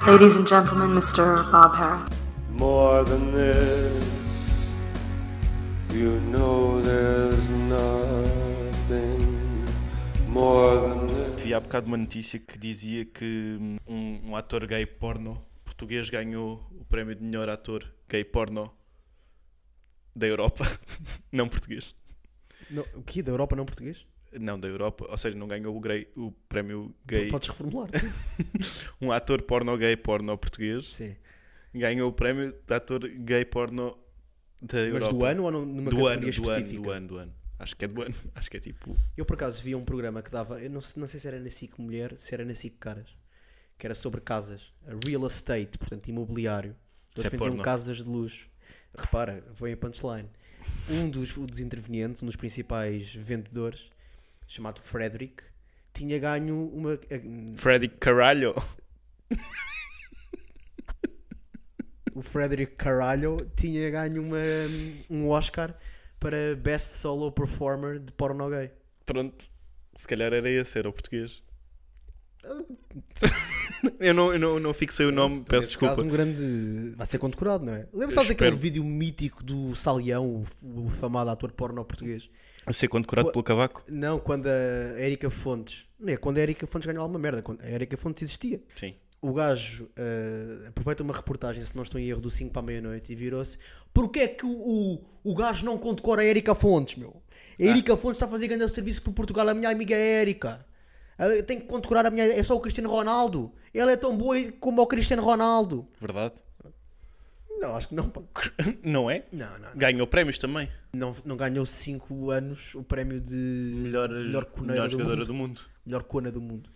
Ladies and gentlemen, Mr. Bob Harris. More than this, you know there's nothing more than this. Vi há bocado uma notícia que dizia que um, um ator gay porno português ganhou o prémio de melhor ator gay porno da Europa. Não português. Não, o que? Da Europa não português? Não da Europa. Ou seja, não ganhou o, grey- o prémio gay. Podes reformular. Um ator porno gay porno português Sim. ganhou o prémio de ator gay porno da Mas Europa. do ano ou num- numa do categoria ano, do ano, específica? do ano, do ano. Acho que é do ano. Acho que é tipo. Eu por acaso vi um programa que dava, eu não, se- não sei se era na SIC Mulher, se era na SIC Caras, que era sobre casas, a real estate, portanto imobiliário. Isso é Eles vendiam porno. casas de luxo. Repara, foi em punchline. Um dos, um dos intervenientes, um dos principais vendedores, chamado Frederick, tinha ganho uma. a- Freddy Caralho. o Frederick Caralho tinha ganho uma, um Oscar para Best Solo Performer de porno gay. Pronto. Se calhar era esse, era o português. eu, não, eu não, não fixei o nome, peço Neste desculpa. caso, um grande. Vai ser condecorado, não é? Lembra-se daquele espero. vídeo mítico do Salião, o, o famado ator porno português? A ser condecorado Qua- pelo cavaco? Não, quando a Erika Fontes. Não é? Quando a Erika Fontes ganhou alguma merda. Quando a Erika Fontes existia. Sim. O gajo eh, aproveita uma reportagem, se não estou em erro, do 5 para a meia-noite e virou-se. Porquê é que o, o, o gajo não condecora a Erika Fontes, meu? A Erika Fontes está a fazer grande serviço por Portugal, a minha amiga Erika. Ah, Eu tenho que condecorar a minha. É só o Cristiano Ronaldo. Ela é tão boa como o Cristiano Ronaldo. Verdade. Não, acho que não. pá. Não é? Não, não. Ganhou prémios também. Não, não ganhou 5 anos o prémio de melhor, melhor, coneira melhor do jogadora mundo. do mundo. melhor cona do mundo.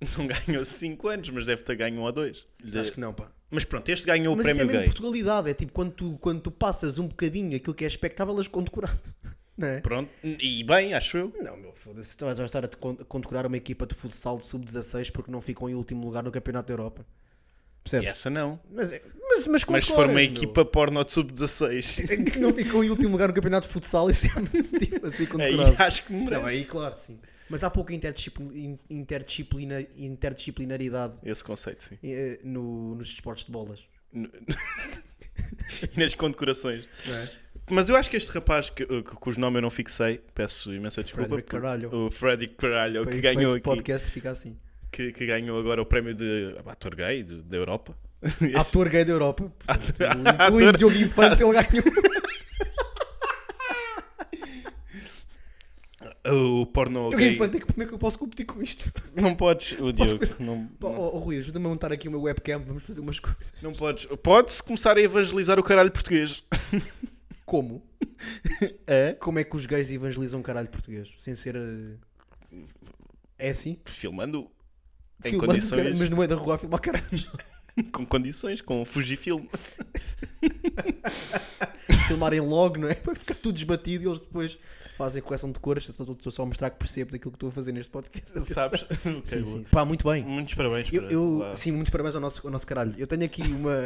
Não ganhou 5 anos, mas deve ter ganho um ou dois. Acho que não, pá. Mas pronto, este ganhou Mas o isso é prémio mesmo gay. Portugalidade. É tipo quando tu, quando tu passas um bocadinho aquilo que é expectável, elas condecorado. Não é? Pronto, e bem, acho eu. Não, meu foda-se. Tu vais estar a te con- condecorar uma equipa de futsal de sub-16 porque não ficou em último lugar no Campeonato da Europa. E Percebes? essa não. Mas, é- mas, mas, mas se for uma condecoras, meu. É equipa porno de sub-16, que não ficou em último lugar no Campeonato de Futsal, isso é tipo assim aí condecorado. acho que merece. Não, aí claro, sim. Mas há pouca interdisciplina- in- interdisciplina- interdisciplinaridade Esse conceito, sim. eh, no- nos esportes de bolas. E nas condecorações. é? Mas eu acho que este rapaz, que, eh, que- cujo nome eu não fixei, peço imensa desculpa. Frederick por- Caralho. O Freddy Caralho, Para que efeitos ganhou de aqui. podcast fica assim. Que, que ganhou agora o prémio de ah, ator gay de- da Europa. Ator gay da Europa. Portanto, Ator- Incluindo Diogo Infante, ele ganhou. O porno Diogo gay. Infante é que como é que eu posso competir com isto? Não podes, o Diogo. Não, Pá, não, ó, ó, Rui, ajuda-me a montar aqui o meu webcam, vamos fazer umas coisas. não podes. Pode-se começar a evangelizar o caralho português. Como? Como é que os gays evangelizam caralho português? Sem ser. eh, É assim? Filmando em Filmando, condições. caralho, mas no meio da rua a filmar caralho. Com condições, com Fujifilm. filmarem logo, não é? Vai ficar tudo desbatido e eles depois fazem correção de cores. Estou, estou- estou só a mostrar que percebo daquilo que estou a fazer neste podcast. Sabes? Ok, Sim, boa. sim. Pá, muito bem. Muitos parabéns. Eu, para- eu- lá. sim, muitos parabéns ao nosso, ao nosso caralho. Eu tenho aqui uma,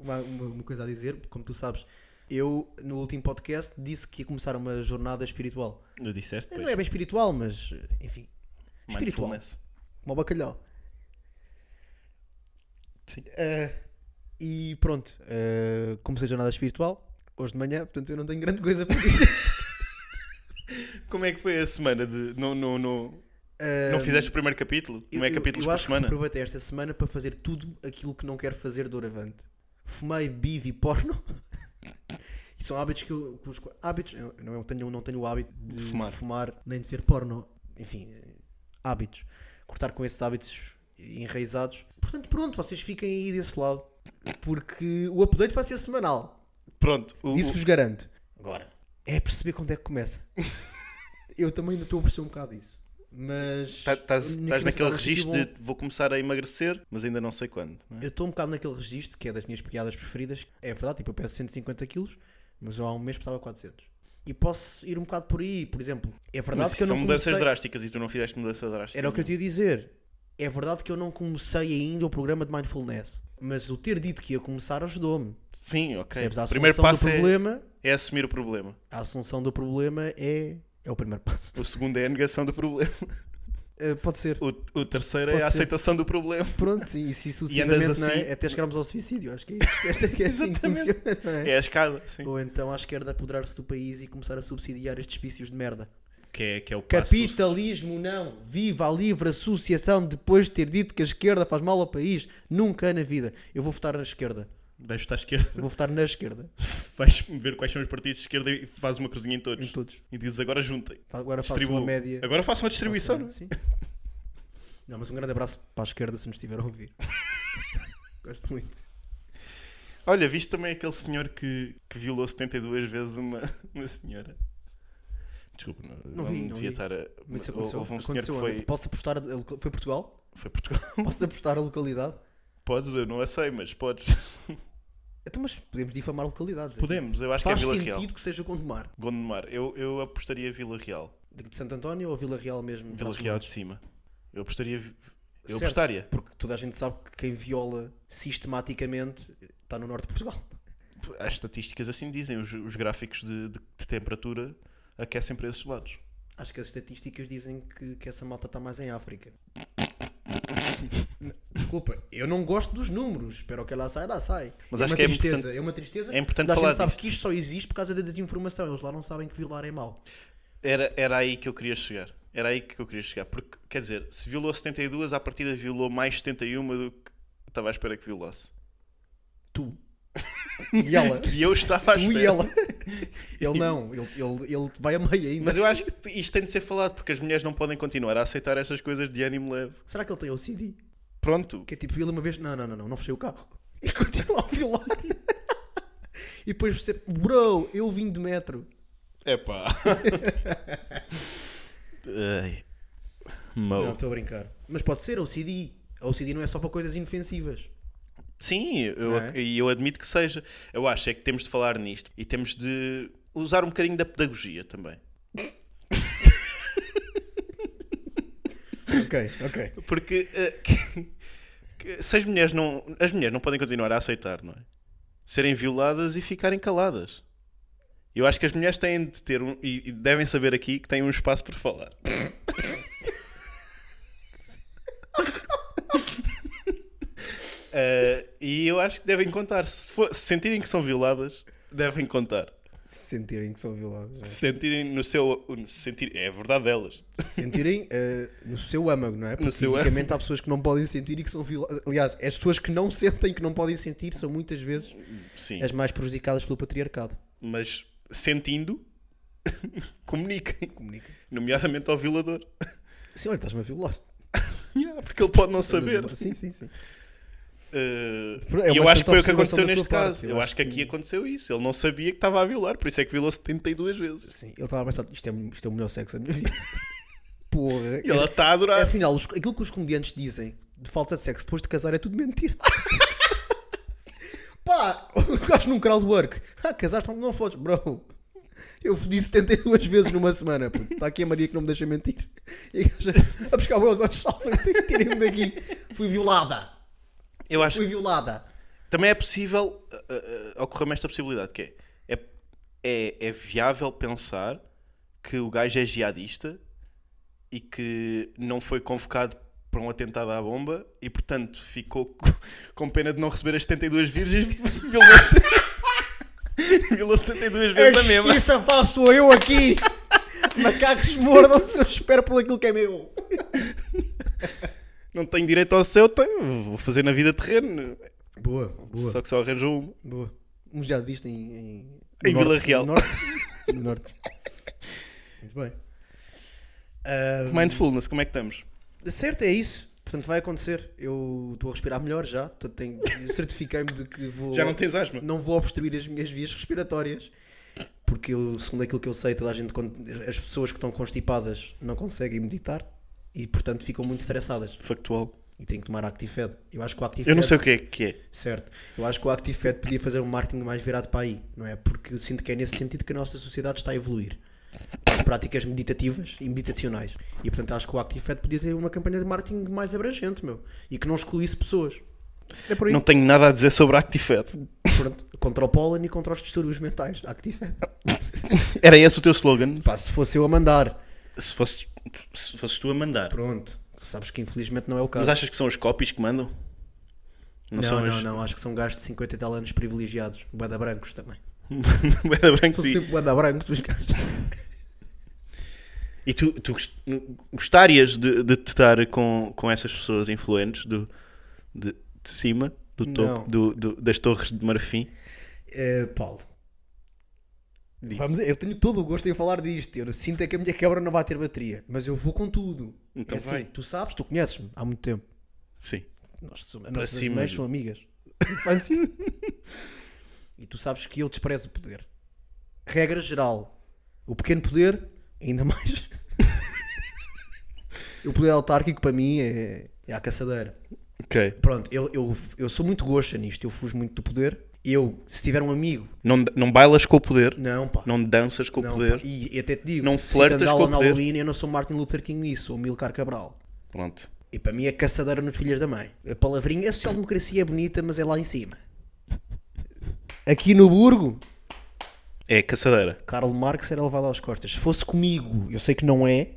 uma, uma- uma coisa a dizer, como tu sabes. Eu, no último podcast, disse que ia começar uma jornada espiritual. Eu disseste, Não é bem espiritual, mas enfim. é Espiritual. Mindfulness. Como o bacalhau. Sim. Ah, e pronto, ah, comecei a jornada espiritual hoje de manhã, portanto eu não tenho grande coisa para dizer. Como é que foi a semana de. Não, não, não... Ah, não fizeste o primeiro capítulo? Não é Eu- eu- capítulos eu por acho semana? Que aproveitei esta semana para fazer tudo aquilo que não quero fazer doravante. Fumei, bivi e porno. e são hábitos que eu. Com os, qua- hábitos. Eu não, eu tenho, não tenho o hábito de, De fumar. fumar. nem de ver porno. Enfim, eh, hábitos. Cortar com esses hábitos enraizados. Portanto, pronto, vocês fiquem aí desse lado. Porque o update vai ser semanal. Pronto. o- Isso vos garanto. Agora. É perceber quando é que começa. eu também ainda estou a perceber um bocado isso. Mas. Estás a minha cabeça Tá, naquele está num sítio registro bom. de vou começar a emagrecer, mas ainda não sei quando. não é? Eu estou um bocado naquele registro que é das minhas piadas preferidas. É verdade, tipo, eu peso 150 quilos, mas eu há um mês pesava 400. E posso ir um bocado por aí, por exemplo. É verdade Mas que eu são não mudanças comecei... drásticas e tu não fizeste mudança drástica. Era o que eu te ia dizer. É verdade que eu não comecei ainda o programa de Mindfulness. Mas o ter dito que ia começar ajudou-me. Sim, ok. Percebes? A O assunção primeiro passo do é- problema... é assumir o problema. A assunção do problema é... É o primeiro passo. O segundo é a negação do problema. Eh, pode ser. O, o terceiro é Pode a ser. aceitação do problema. Pronto, sim, e se sucessivamente, andas não é? assim? Até chegarmos ao suicídio, acho que é isso. Esta é que é assim que Exatamente. funciona, não é? É a escada, sim. Ou então à esquerda apoderar-se do país e começar a subsidiar estes vícios de merda. Que é, que é o passo- Capitalismo não! Viva a livre associação depois de ter dito que a esquerda faz mal ao país. Nunca na vida. Eu vou votar na esquerda. Vais votar à esquerda. Eu vou votar na esquerda. Vais ver quais são os partidos de esquerda e faz uma cruzinha em todos. Em todos. E dizes agora juntem. Agora faço Distribuam. uma média. Agora faço uma distribuição. não é? Sim. Não, mas um grande abraço para a esquerda se nos estiver a ouvir. Gosto muito. Olha, viste também aquele senhor que, que violou 72 vezes uma, uma senhora. Desculpa, não, não, vi, não devia vi. estar a. Mas isso hou- aconteceu. Houve um senhor aconteceu onde? que foi, Posso apostar. a loca- Foi Portugal? foi Portugal. Posso apostar a localidade? Podes, eu não a sei, mas podes. Então, mas podemos difamar localidades. aqui. Podemos, eu acho Faz que é Vila sentido Real. que seja Gondomar. Gondomar, eu, eu apostaria Vila Real. De de Santo António ou Vila Real mesmo? Vila Braços Real Montes? de cima. Eu apostaria. vi- Eu Certo. apostaria. Porque toda a gente sabe que quem viola sistematicamente está no norte de Portugal. As estatísticas assim dizem, os, os gráficos de, de- de temperatura aquecem para esses lados. Acho que as estatísticas dizem que, que essa malta está mais em África. N- Desculpa, eu não gosto dos números. Espero que ela saia, lá sai. Mas é acho uma que é tristeza. importante- é uma tristeza. é importante Toda a falar gente sabe disto. que isto só existe por causa da desinformação. Eles lá não sabem que violar é mau. Era, era aí que eu queria chegar. Era aí que eu queria chegar. Porque, quer dizer, se violou 72, à partida violou mais 71 do que estava à espera que violasse. Tu. E ela. E eu estava à tu espera. e ela. Ele não. Ele, ele, ele vai a meio ainda. Mas eu acho que isto tem de ser falado, porque as mulheres não podem continuar a aceitar estas coisas de ânimo leve. Será que ele tem OCD? Pronto. Que é tipo, ele uma vez, não, não, não, não, não fechei o carro. E continua a violar. e depois você, bro, eu vim de metro. Epá. Ai. Mo. Não, estou a brincar. Mas pode ser, OCD. OCD não é só para coisas inofensivas. Sim, eu, Não ac- é? e eu admito que seja. Eu acho é que temos de falar nisto e temos de usar um bocadinho da pedagogia também. ok, ok. Porque eh, que- que- se as mulheres não. As mulheres não podem continuar a aceitar, não é? Serem violadas e ficarem caladas. Eu acho que as mulheres têm de ter um. E e devem saber aqui que têm um espaço para falar. Eh, e eu acho que devem contar. Se, for- se sentirem que são violadas, devem contar. Se sentirem que são violados. não é? Se sentirem no seu. Se sentir, é a verdade delas. Se sentirem eh, no seu âmago, não é? Porque No seu fisicamente há pessoas que não podem sentir e que são violadas. Aliás, as pessoas que não sentem e que não podem sentir são muitas vezes Sim. as mais prejudicadas pelo patriarcado. Mas sentindo, comuniquem. Comunica. Nomeadamente ao violador. Sim, olha, estás-me a violar. Yeah, porque ele pode não saber. Sim, sim, sim. Eh, assim, É e eu uma acho que foi o que aconteceu observação da tua neste parte, caso. Eu acho que aqui aconteceu isso. Ele não sabia que estava a violar, por isso é que violou 72 vezes. Sim, ele estava a pensar, isto é, isto é o melhor sexo da minha vida. Porra. E ela está a adorar. Afinal, os- aquilo que os comediantes dizem de falta de sexo depois de casar é tudo mentira. Pá, o gajo num crowdwork. Ah, casaste não, não fodes, bro. Eu fodi 72 vezes numa semana. Está aqui a Maria que não me deixa mentir. E a gaja a buscar o aos olhos, salva, tirem-me daqui. Fui violada. Eu acho Fui que violada. também é possível eh, eh, ocorrer-me esta possibilidade: que é, é, é, é viável pensar que o gajo é jihadista e que não foi convocado para um atentado à bomba e, portanto, ficou co- com pena de não receber as 72 virgens. Violou 70 violou 72 vezes a mesma. Isso faço eu aqui. Macacos mordam-se, eu espero por aquilo que é meu. Não tenho direito ao seu, tenho. Vou fazer na vida terreno. Boa, boa. Só que só arranjou uma. Boa. Um jihadista em, em, Em no Vila norte, Real. No norte. No norte. Muito bem. Ahm, Mindfulness, como é que estamos? certo, é isso. Portanto, vai acontecer. Eu estou a respirar melhor já. Tô- tenho- Certifiquei-me de que vou. Já não tens asma? Não vou obstruir as minhas vias respiratórias. Porque, eu, segundo aquilo que eu sei, toda a gente, quando- as pessoas que estão constipadas não conseguem meditar e, portanto, ficam muito estressadas Factual. e têm que tomar Actifed. Eu acho que o Actifed. Eu não sei o que é que é. Certo. Eu acho que o ActiveFed podia fazer um marketing mais virado para aí, não é? Porque eu sinto que é nesse sentido que a nossa sociedade está a evoluir. Para práticas meditativas e meditacionais. E portanto acho que o ActiveFed podia ter uma campanha de marketing mais abrangente, meu. E que não excluísse pessoas. É por aí. Não tenho nada a dizer sobre Actifed. Pronto. Contra o pólen e contra os distúrbios mentais. ActiveFed. Era esse o teu slogan? Pá, se fosse eu a mandar. Se fosses, se fosses tu a mandar. Pronto. Sabes que infelizmente não é o caso. Mas achas que são os copies que mandam? Não, não, são não, os. não, acho que são gajos de 50 e tal anos privilegiados, boeda brancos também. Bué da branco, São sim. sempre boeda brancos os gajos. E tu, tu gost- gostarias de, de te estar com, com essas pessoas influentes do, de, de cima, do Não. topo, do, do- das torres de marfim? Eh, Paulo, vamos, eu tenho todo o gosto em falar disto. Eu sinto é que a minha câmara não vai ter bateria, mas eu vou com tudo. Então é assim, vai. tu sabes, tu conheces-me há muito tempo. Sim. Nós somos, as nossas cima mães do- são amigas. de Infância. e tu sabes que eu desprezo o poder. Regra geral, o pequeno poder, ainda mais. o poder autárquico para mim é, é a caçadeira. Ok. Pronto, eu, eu, eu sou muito gosta nisto, eu fujo muito do poder. Eu, se tiver um amigo, Não, não bailas com o poder, não, pá. não danças com Não, o poder. pá, E, e até te digo, Não se flertas Tandala com o na poder. Halloween, eu não sou Martin Luther King nisso, sou Milcar Cabral. Pronto. E para mim é caçadeira nos filhos da mãe. A palavrinha, a social-democracia é bonita, mas é lá em cima. Aqui no Burgo, É caçadeira. Karl Marx era levado às costas. Se fosse comigo, eu sei que não é,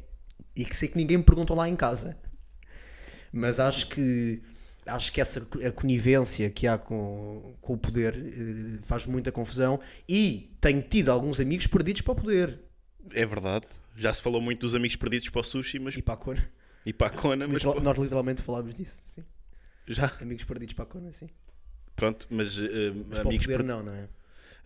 e que sei que ninguém me perguntou lá em casa. Mas acho que acho que essa co- a conivência que há com, com o poder eh, faz muita confusão e tenho tido alguns amigos perdidos para o poder. É verdade. Já se falou muito dos amigos perdidos para o sushi mas, E e, para a Cona. para a Kona, mas Literal- nós literalmente falámos disso, sim. já. Amigos perdidos para a Cona, sim. Pronto, mas, eh, Mas para o amigos, poder per- não, não é?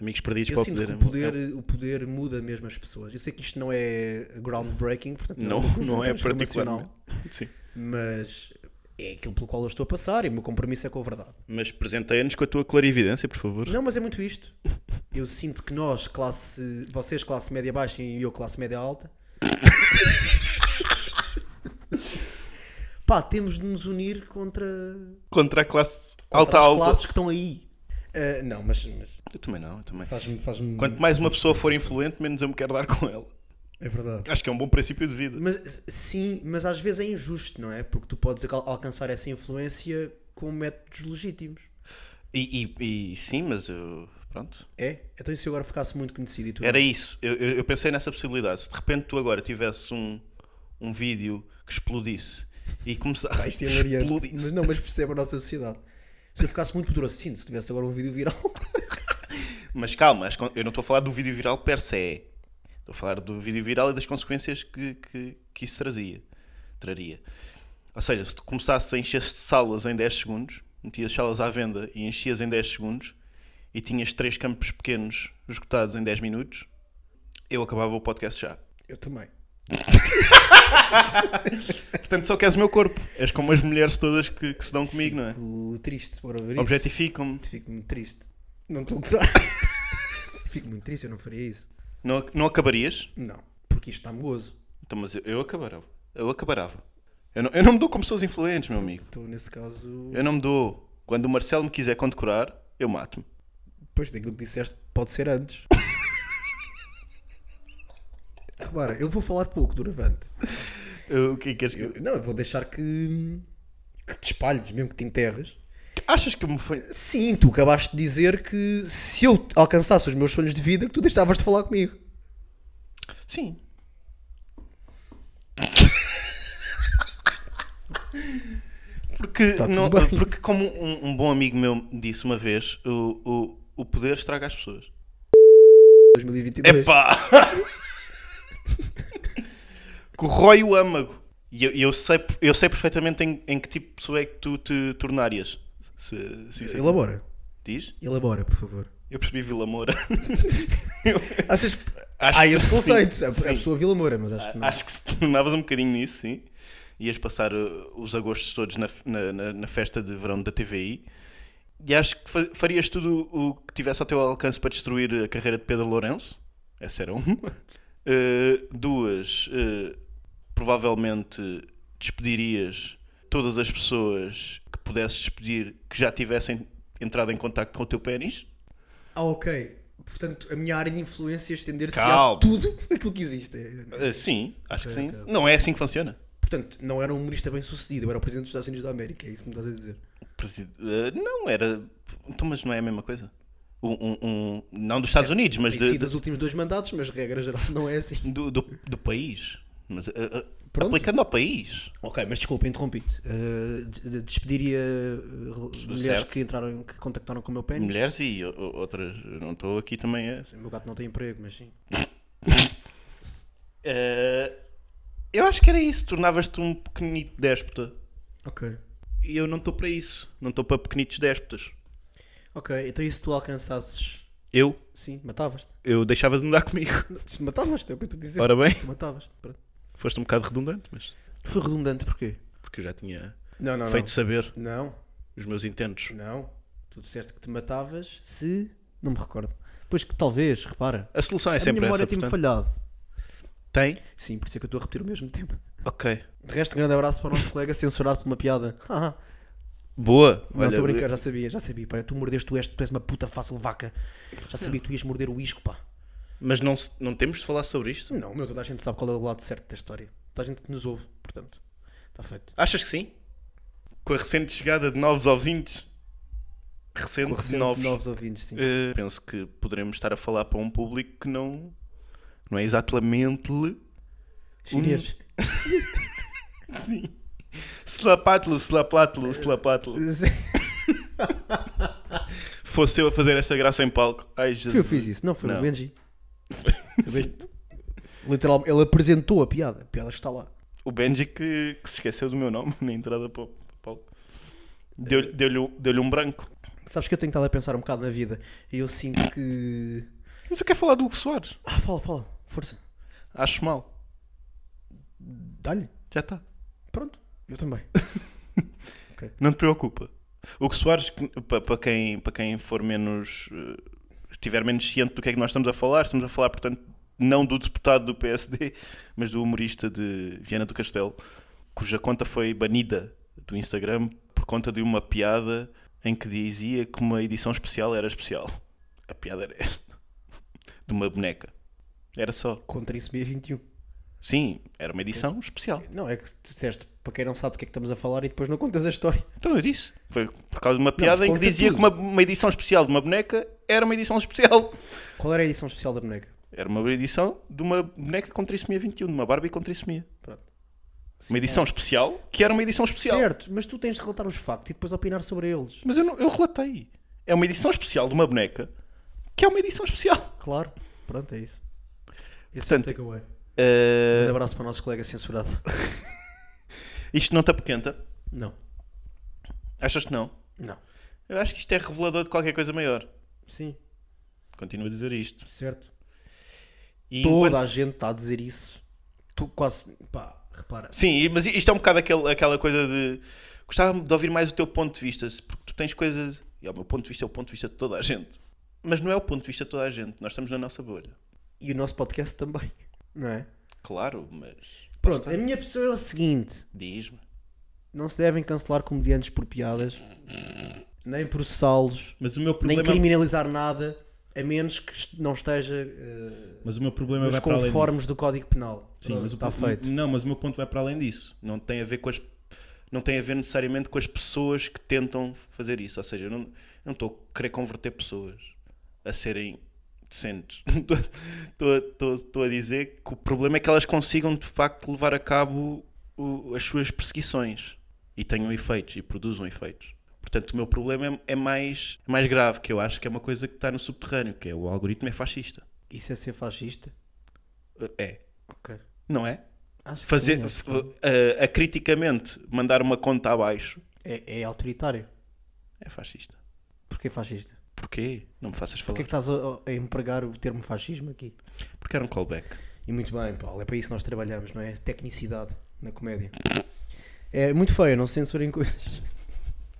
amigos perdidos Eu para o sinto poder. que o é- poder, o poder muda mesmo as pessoas. Eu sei que isto não é groundbreaking, portanto Não, uma coisa não é transformacional. particular. Sim. mas é aquilo pelo qual eu estou a passar e o meu compromisso é com a verdade. Mas presentei-nos com a tua clarividência, por favor. Não, mas é muito isto. Eu sinto que nós, classe, vocês, classe média baixa e eu, classe média alta, pá, temos de nos unir contra, Contra a classe contra alta as alta. classes que estão aí. Ah, não, mas, mas Eu também não, eu também. faz-me. Faz-me... Quanto mais uma pessoa for influente, menos eu me quero dar com ela. É verdade. Acho que é um bom princípio de vida. Mas, sim, mas às vezes é injusto, não é? Porque tu podes al- alcançar essa influência com métodos legítimos. E, e- e sim, mas eu. Pronto. É? Então e se eu agora ficasse muito conhecido e tu Era isso. Eu, eu- eu pensei nessa possibilidade. Se de repente tu agora tivesse um, um vídeo que explodisse e começasse a Isto é hilariante. Mas explodisse. não, mas percebe a nossa sociedade. Se eu ficasse muito poderoso, sim, se tivesse agora um vídeo viral. Mas calma, as con- eu não estou a falar do vídeo viral per se. Estou a falar do vídeo viral e das consequências que, que, que isso trazia. Traria. Ou seja, se tu começasses a encher salas em 10 segundos, metias salas à venda e enchias em 10 segundos e tinhas três campos pequenos esgotados em 10 minutos, eu acabava o podcast já. Eu também. Portanto, só queres o meu corpo. És como as mulheres todas que, que se dão comigo, não é? Fico triste por haver isso. Objetificam-me. Fico muito triste. Não estou a gozar. Fico muito triste, eu não faria isso. Não, não acabarias? Não, porque isto está-me gozo. Então, mas eu, eu acabarava. Eu acabarava. Eu não, eu não me dou com pessoas influentes, meu amigo. Então, nesse caso, Eu não me dou. Quando o Marcelo me quiser condecorar, eu mato-me. depois daquilo que disseste, pode ser antes. Repara, eu vou falar pouco, Duravante. Eu- O que é que queres que eu- Não, eu vou deixar que, que te espalhes, mesmo que te enterres. Achas que me foi. Sim, tu acabaste de dizer que se eu alcançasse os meus sonhos de vida, que tu deixavas de falar comigo. Sim. Porque, Tá tudo não- bem. porque como um, um bom amigo meu me disse uma vez, o, o, o poder estraga as pessoas. 2022. Epá! Corrói o âmago. E eu, e eu sei, eu sei perfeitamente em, em que tipo de pessoa é que tu te tornarias. Se, se isso é- Elabora. Diz? Elabora, por favor. Eu percebi Vila Moura. Achas... Acho Há que esse sim, conceito. a, a sim. pessoa Vila Moura, mas acho é que não. é? Acho que se tornavas um bocadinho nisso, sim. Ias passar uh, os agostos todos na, na- na- na festa de verão da TVI. E acho que fa- farias tudo o que tivesse ao teu alcance para destruir a carreira de Pedro Lourenço. Essa era uma. Uh, duas, uh, provavelmente despedirias todas as pessoas que pudesses despedir que já tivessem entrado em contacto com o teu pênis. Ah, ok. Portanto, a minha área de influência é estender-se a Calma. tudo aquilo que existe. Uh, sim, acho Ok, que sim. ok. Não é assim que funciona. Portanto, não era um humorista bem sucedido, eu era o presidente dos Estados Unidos da América, é isso que me estás a dizer. Presi- eh, não, era. Então, mas não é a mesma coisa? Um, um- um- não dos Estados Unidos, mas Tem de- sido os últimos dois mandatos, É mas regra geral não é assim. do, do, do país. Mas, eh, eh, Pronto. aplicando ao país. Ok, mas desculpa, interrompi-te. Eh, de- de- despediria eh, mulheres Certo. que entraram, que contactaram com o meu pênis. Mulheres e o- o- outras. Eu Não estou aqui também a. O meu gato não tem emprego, mas sim. Eh, eu acho que era isso. Tornavas-te um pequenito déspota. Ok. E eu não estou para isso. Não estou para pequenitos déspotas. Ok, então e se tu alcançasses? Eu, Sim, matavas-te. eu deixava de mudar comigo. Se Matavas-te, é o que eu estou a dizer. Ora bem, Matavas-te, pronto. foste um bocado redundante, mas. Foi redundante porquê? Porque eu já tinha Não, Ah, não, feito saber não. os meus intentos. Não, não. Tu disseste que te matavas se... Não me recordo. Pois que talvez, repara. A solução é a minha sempre memória essa, tinha-me portanto. falhado. Tem? Sim, por isso é que eu estou a repetir o mesmo tempo. Ok. De resto, um grande abraço para o nosso colega censurado por uma piada. Haha. Boa. Não, Olha, estou a brincar, já sabia, já sabia. Pá, tu mordeste, tu és, tu és uma puta fácil vaca. Já sabia que tu ias morder o isco, pá. Mas não, se- não temos de falar sobre isto? Não, meu, toda a gente sabe qual é o lado certo da história. Toda a gente que nos ouve, portanto. Está feito. Achas que sim? Com a recente chegada de novos ouvintes? Recente, Com recente novos. novos ouvintes, sim. Eh, penso que poderemos estar a falar para um público que não, não é exatamente Chinês. Sim. Slapátlo, slapátlo, slapátlo. Fosse eu a fazer essa graça em palco. Ai, Jesus. Fui eu que fiz isso, não foi Não. o Benji. Literal, ele apresentou a piada, a piada está lá. O Benji que, que se esqueceu do meu nome na entrada para o para o palco. Eh. Deu-lhe deu deu um branco. Sabes que eu tenho estado a pensar um bocado na vida e eu sinto que. Mas eu quero falar do Hugo Soares. Ah, fala, fala, força, Acho mal. dá-lhe, Já tá. está. pronto, eu também. Não te preocupa. Hugo Soares, que- pa- para quem, para quem for menos. eh, estiver menos ciente do que é que nós estamos a falar, estamos a falar, portanto, não do deputado do PSD, mas do humorista de Viana do Castelo, cuja conta foi banida do Instagram por conta de uma piada em que dizia que uma edição especial era especial. A piada era esta: de uma boneca. Era só. Contra isso, meia 21. Sim, era uma edição especial. Não, é que tu disseste para quem não sabe do que é que estamos a falar e depois não contas a história. Então eu disse. Foi por causa de uma piada em que conta dizia tudo. que uma, uma edição especial de uma boneca era uma edição especial. Qual era a edição especial da boneca? Era uma edição de uma boneca com trissomia 21, de uma Barbie com trissomia. Pronto. Uma edição especial que era uma edição especial. Certo, mas tu tens de relatar os factos e depois opinar sobre eles. Mas eu, não, eu relatei. É uma edição especial de uma boneca que é uma edição especial. Claro, pronto, é isso. Esse Portanto, é o takeaway. Eh, Um abraço para o nosso colega censurado. isto não te apoquenta? Não, Achas que não? não. Eu acho que isto é revelador de qualquer coisa maior. Sim, Continuo a dizer isto. certo. E Toda enquanto- a gente está a dizer isso. Tu quase. pá, repara. Sim, e- mas isto é um bocado aquele- aquela coisa de. Gostava de ouvir mais o teu ponto de vista, se- porque tu tens coisas. E o meu ponto de vista é o ponto de vista de toda a gente. Mas não é o ponto de vista de toda a gente, nós estamos na nossa bolha. E o nosso podcast também. Não é? Claro, mas. Pronto, a minha pessoa é o seguinte: Diz-me. não se devem cancelar comediantes por piadas, nem processá-los, Mas o meu é nem criminalizar nada, a menos que est- não esteja eh, Mas o meu problema nos conformes do Código Penal. Sim, mas o está po- Ah, tá feito. Não, mas o meu ponto vai para além disso. Não tem a ver com as não tem a ver necessariamente com as pessoas que tentam fazer isso. Ou seja, eu não, eu não estou a querer converter pessoas a serem decentes. Estou a- estou a- estou a- Estou a dizer que o problema é que elas consigam de facto levar a cabo o- as suas perseguições e tenham efeitos e produzam efeitos. Portanto, o meu problema é, é mais, é mais grave, que eu acho que é uma coisa que está no subterrâneo, que é o algoritmo é fascista. Isso é ser fascista? É, Ok. não é? Acho que fazer Ah, sim, é acho que sim. eh, a criticamente mandar uma conta abaixo é, é autoritário. é fascista. Porquê fascista? Porquê? Não me faças falar. Porquê que estás a, a empregar o termo fascismo aqui? Porque era um callback. E muito bem, Paulo, é para isso que nós trabalhamos, não é? Tecnicidade na comédia. É muito feio, não censurem coisas.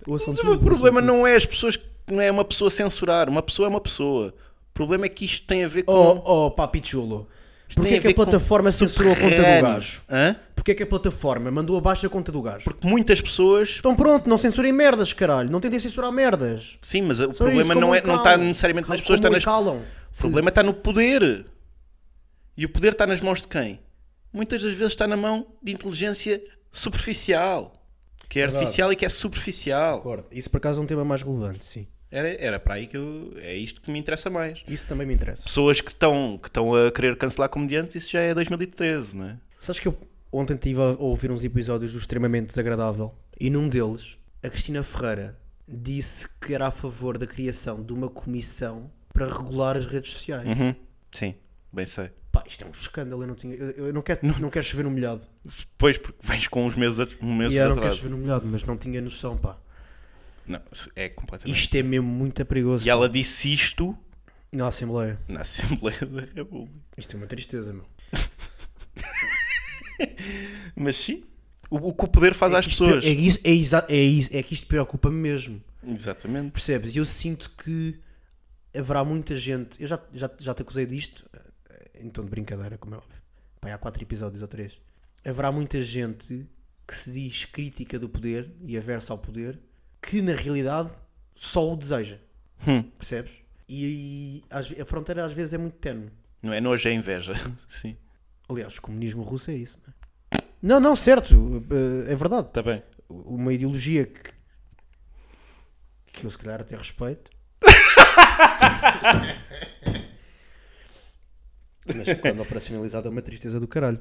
Ouçam Mas o tudo, meu ouçam problema tudo. não é as pessoas que- não é uma pessoa censurar, uma pessoa é uma pessoa. O problema é que isto tem a ver com Oh, oh, papi chulo. isto Porquê tem é que a ver com plataforma censurou a conta do subterrâneo. gajo? Hã? Porquê é que a plataforma mandou abaixo a conta do gajo? Porque muitas pessoas, Então pronto, não censurem merdas, caralho. Não tentem censurar merdas. sim, mas o Só problema isso, não é como não calam. está necessariamente nas Como é pessoas, está nas... o calam. Se- problema está no poder. E o poder está nas mãos de quem? Muitas das vezes está na mão de inteligência superficial, que é Verdade. artificial e que é superficial. Concordo. Isso por acaso é um tema mais relevante, sim. Era, era para aí que eu. É isto que me interessa mais. Isso também me interessa. Pessoas que estão que estão a querer cancelar comediantes, isso já é 2013, não é? Sabes que eu ontem estive a ouvir uns episódios do Extremamente Desagradável e num deles a Cristina Ferreira disse que era a favor da criação de uma comissão para regular as redes sociais. Uhum. Sim, bem sei. Pá, isto é um escândalo, eu não, tinha, eu, eu não, quero, não quero chover no molhado. Pois, porque vens com uns meses, at- um mês E eu não quero atrás. chover no molhado, mas não tinha noção, pá. Não, isso é completamente. Isto é mesmo muito perigoso. E ela disse isto Na Assembleia. na Assembleia da República. Isto é uma tristeza, meu. Mas sim, o, o que o poder faz às Isto- pessoas. É, isso, é, exa- é, isso- é que isto preocupa-me mesmo. Exatamente. Percebes? E eu sinto que haverá muita gente. Eu já, já, já te acusei disto, eh, em tom de brincadeira, como é óbvio. Pá, há quatro episódios ou três. Haverá muita gente que se diz crítica do poder e aversa ao poder que na realidade só o deseja. Hum. Percebes? E aí às ve- a fronteira às vezes é muito tenue. Não é nojo, é inveja. Sim, Aliás, o comunismo russo é isso, não é? Não, não, certo, eh, é verdade. está bem. Uma ideologia que, que eu se calhar até respeito. Mas quando operacionalizado é uma tristeza do caralho.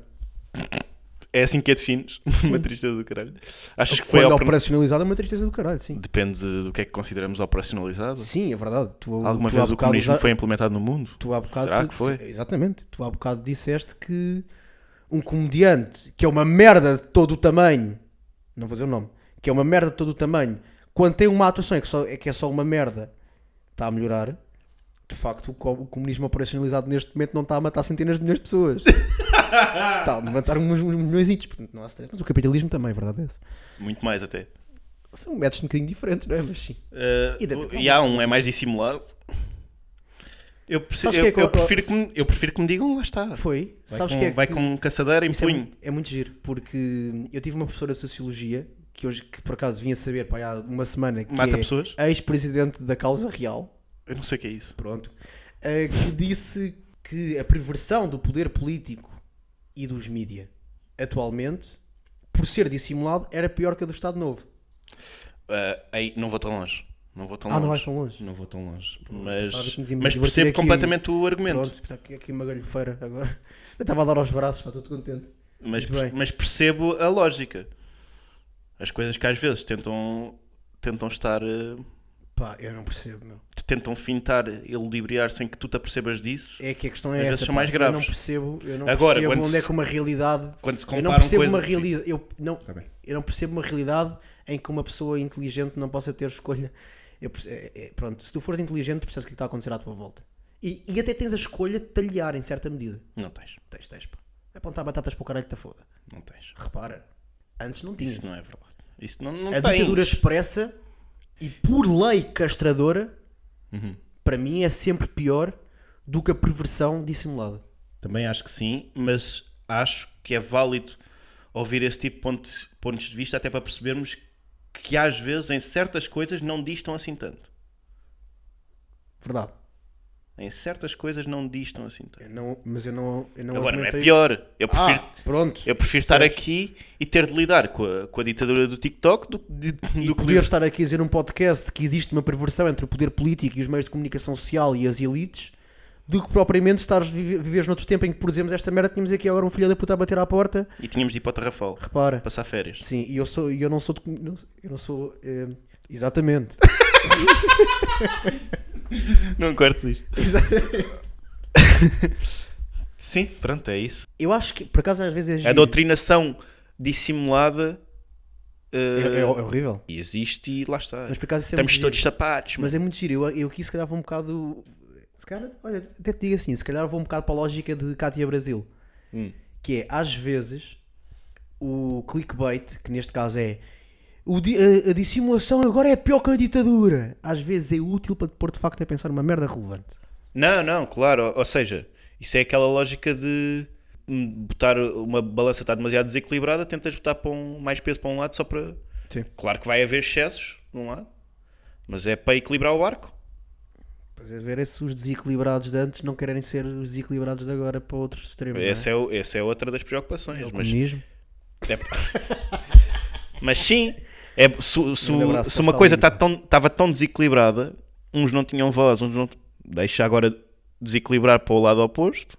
É assim que a defines. Uma tristeza do caralho. Achas que foi quando ao operacionalizado é uma tristeza do caralho, sim. Depende do que é que consideramos operacionalizado. Sim, é verdade. Tu, Alguma tu há vez o bocado comunismo já- foi implementado no mundo? Tu há bocado Será tu- que foi? Exatamente. Tu há bocado disseste que um comediante que é uma merda de todo o tamanho, não vou dizer o nome, que é uma merda de todo o tamanho, quando tem uma atuação é que, só, é, que é só uma merda, está a melhorar. De facto, o, co- o comunismo operacionalizado neste momento não está a matar centenas de milhões de pessoes. está a levantar uns, uns milhões, não há stress. Mas o capitalismo também, a verdade é essa. Muito mais até. São métodos um bocadinho diferentes, não é? Mas sim. Uh, E deve- o- e há um, é mais dissimulado. Eu, preci- Sabes eu- que é que eu eu- prefiro que me, eu prefiro que me digam, lá está. Foi. Vai, Sabes com, que é vai que... com caçadeira em Isso é, punho. muito, é muito giro, porque eu tive uma professora de Sociologia, que hoje, que por acaso vinha saber, pá, há uma semana, que Mata é pessoas? ex-presidente da Causa Real, Eu não sei o que é isso. pronto, eh, que disse que a perversão do poder político e dos mídia, atualmente, por ser dissimulado, era pior que a do Estado Novo. Uh, aí, não vou tão longe. Não vou tão Ah, longe. não vais tão longe. Não vou tão longe. estava a ver Mas, que nos íamos mas divertir percebo aqui. completamente o argumento. Pronto, está aqui, aqui uma galhofeira agora. Eu estava a dar aos braços, pá, estou todo contente. Mas, Muito bem. mas percebo a lógica. As coisas que às vezes tentam, tentam estar. eh, Pá, eu não percebo, meu. te tentam fintar, eludibriar sem que tu te apercebas disso. É que a questão é Às vezes essa. são pá. mais Eu graves. não percebo, eu não Agora, percebo quando onde se- é que uma realidade. Quando se eu não comparam percebo coisas. assim. uma realidade. Eu não, bem. eu não percebo uma realidade em que uma pessoa inteligente não possa ter escolha. Eu perce- é- é- pronto, se tu fores inteligente, percebes o que está a acontecer à tua volta. E, e até tens a escolha de talhar em certa medida. Assim. Não tens, Tens, tens, pá. Apontar batatas para o caralho que te foda. não tens. Repara, antes não tinha. Isso não é verdade. Isso não, não a tens. ditadura expressa e por lei castradora, Uhum. para mim, é sempre pior do que a perversão dissimulada. Também acho que sim, mas acho que é válido ouvir esse tipo de pontos, pontos de vista até para percebermos que às vezes em certas coisas não distam assim tanto. Verdade. Em certas coisas não distam assim tanto. Eu não- mas eu não. Eu não Agora não é argumentei- pior. Eu prefiro, Ah, pronto. Eu prefiro estar Percebes? aqui e ter de lidar com a, com a ditadura do TikTok do, que de, E do que poder estar aqui a dizer num podcast que existe uma perversão entre o poder político e os meios de comunicação social e as elites, do que propriamente estares vive- viveres noutro tempo em que, por exemplo, esta merda tínhamos aqui agora um filho da puta a bater à porta. E tínhamos de ir para o Tarrafal, Repara. passar férias. Sim, e eu sou, e eu não sou, de comu- não- eu não sou, eh, exatamente. Não cortes isto. Sim, pronto, é isso. Eu acho que, por acaso, às vezes é, A giro. doutrinação dissimulada É, eh, é- é horrível. e existe e lá está. Mas por acaso isso é Estamos muito todos giro. tapados. Mas é muito giro. Eu, eu aqui se calhar vou um bocado. Se calhar, olha, até te digo assim, se calhar vou um bocado para a lógica de Cátia Brasil. Hum. Que é, às vezes, o clickbait, que neste caso é o di- a, a dissimulação agora é pior que a ditadura. Às vezes é útil para te pôr de facto a pensar uma merda relevante. Não, não, claro. Ou, ou seja, isso é aquela lógica de hum, botar uma balança está demasiado desequilibrada, tentas botar para um- mais peso para um lado só para. Sim. Claro que vai haver excessos de um lado, mas é para equilibrar o barco. Pois é, ver se os desequilibrados de antes não quererem ser os desequilibrados de agora para outros extremos. não é? Essa é, o- essa é outra das preocupações. o mas, comunismo. mas sim, é, se, se- Grande abraço, se uma Costa coisa Alinda. tá tão, estava tão desequilibrada, uns não tinham voz, uns não. Deixa agora desequilibrar para o lado oposto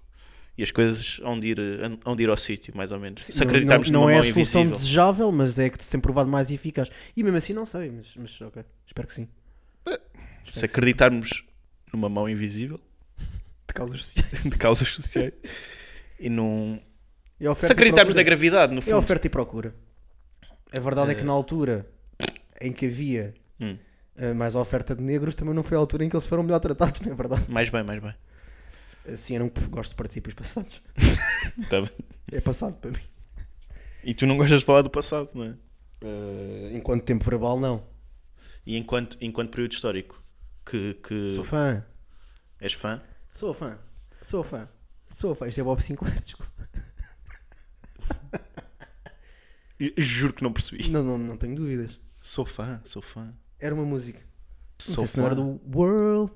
e as coisas hão de ir, eh, hão de ir ao sítio, mais ou menos. Se Não- acreditarmos não, não numa é a mão solução invisível. desejável, mas é que tem provado mais eficaz. E mesmo assim não sei, mas, mas ok, espero que sim. Se acreditarmos numa mão invisível De causas de causas sociais e num. e oferta Se e acreditarmos na procura. gravidade, no É fundo. oferta e procura. A verdade é, Eh. que na altura em que havia Hum. eh, mais oferta de negros, também não foi a altura em que eles foram melhor tratados, não é verdade? Mais bem, mais bem. Assim, eu não gosto de princípios passados. Tá bem. É passado para mim. E tu não gostas de falar do passado, não é? Eh, enquanto tempo verbal, não. E enquanto, enquanto período histórico que, que Sou fã. és fã, Sou fã. Sou fã. Sou fã. Isto é Bob Sinclair, desculpa. eu juro que não percebi. Não, não, não tenho dúvidas. Sou fã, sou fã. Era uma música. Não Sou sei se não fã. era do World.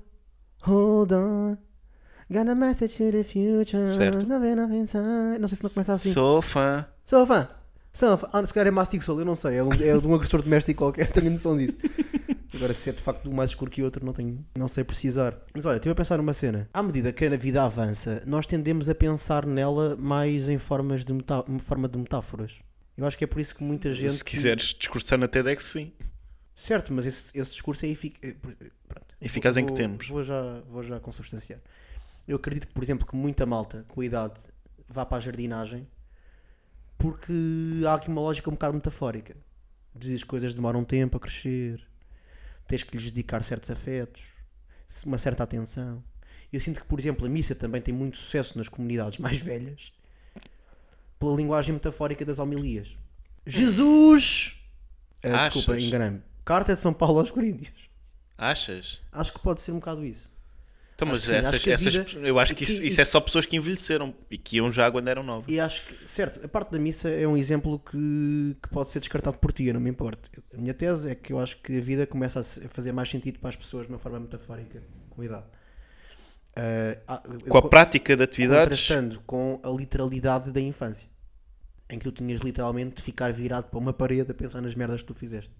Hold on. Got a message to the future. Certo. Nothing, nothing inside. Não sei se não começa assim. Sou fã. Sou um fã. Sou fã. Ah, se calhar é Mastic Soul, eu não sei. É, um, é de um agressor doméstico qualquer, tenho noção disso. Agora, se é de facto um mais escuro que outro, não tenho, não sei precisar. Mas olha, estive a pensar numa cena. À medida que a vida avança, nós tendemos a pensar nela mais em formas de, meta- forma de metáforas. Eu acho que é por isso que muita gente. Se quiseres discursar na TEDx, sim. Certo, mas esse, esse discurso é efic... eh, por- eh, pronto. Eficaz em que Vou- termos? Vou já, vou já consubstanciar. Eu acredito que, por exemplo, que muita malta com a idade vá para a jardinagem porque há aqui uma lógica um bocado metafórica de as coisas demoram um tempo a crescer, tens que lhes dedicar certos afetos, se- uma certa atenção. Eu sinto que, por exemplo, a missa também tem muito sucesso nas comunidades mais velhas pela linguagem metafórica das homilias. Jesus! Ah, Achas? desculpa, enganei-me. Carta de São Paulo aos Coríntios. Achas? Acho que pode ser um bocado isso. Então, mas Acho que sim, essas, acho que a essas- vida- eu acho que que- isso, isso é só pessoas que envelheceram e que iam já quando eram novas. E acho que, certo, a parte da missa é um exemplo que, que pode ser descartado por ti, eu não me importo. A minha tese é que eu acho que a vida começa a se- a fazer mais sentido para as pessoas de uma forma metafórica, com a idade. Ah, ah, Com a co- prática de atividades, Contrastando com a literalidade da infância, em que tu tinhas literalmente de ficar virado para uma parede a pensar nas merdas que tu fizeste.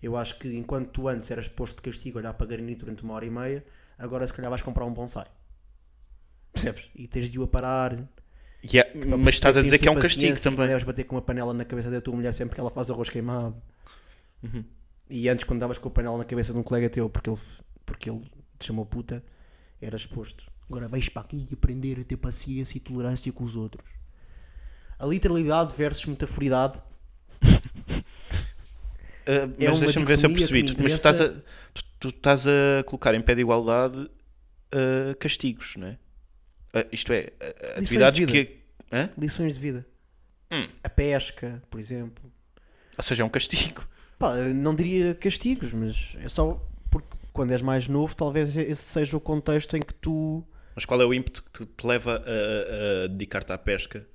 Eu acho que enquanto tu antes eras posto de castigo a olhar para granito durante uma hora e meia, agora se calhar vais comprar um bonsai. Percebes? E tens de o aparar. e é- mas estás a dizer que é um castigo Não também. deves bater com uma panela na cabeça da tua mulher sempre que ela faz arroz queimado. Uhum. E antes, quando davas com a panela na cabeça de um colega teu porque ele, porque ele te chamou puta, eras exposto. Agora vais para aqui aprender a ter paciência e tolerância com os outros. A literalidade versus metaforidade Ah, mas é uma deixa-me ver se eu dicotomia que percebi. me Mas tu estás, a, tu, tu estás a colocar em pé de igualdade ah, castigos, não é? Ah, isto é, ah, de atividades vida. que. Hã? lições de vida. Hum. A pesca, por exemplo. Ou seja, é um castigo. Pá, não diria castigos, mas é só porque quando és mais novo, talvez esse seja o contexto em que tu Mas qual é o ímpeto que tu te leva a, a dedicar-te à pesca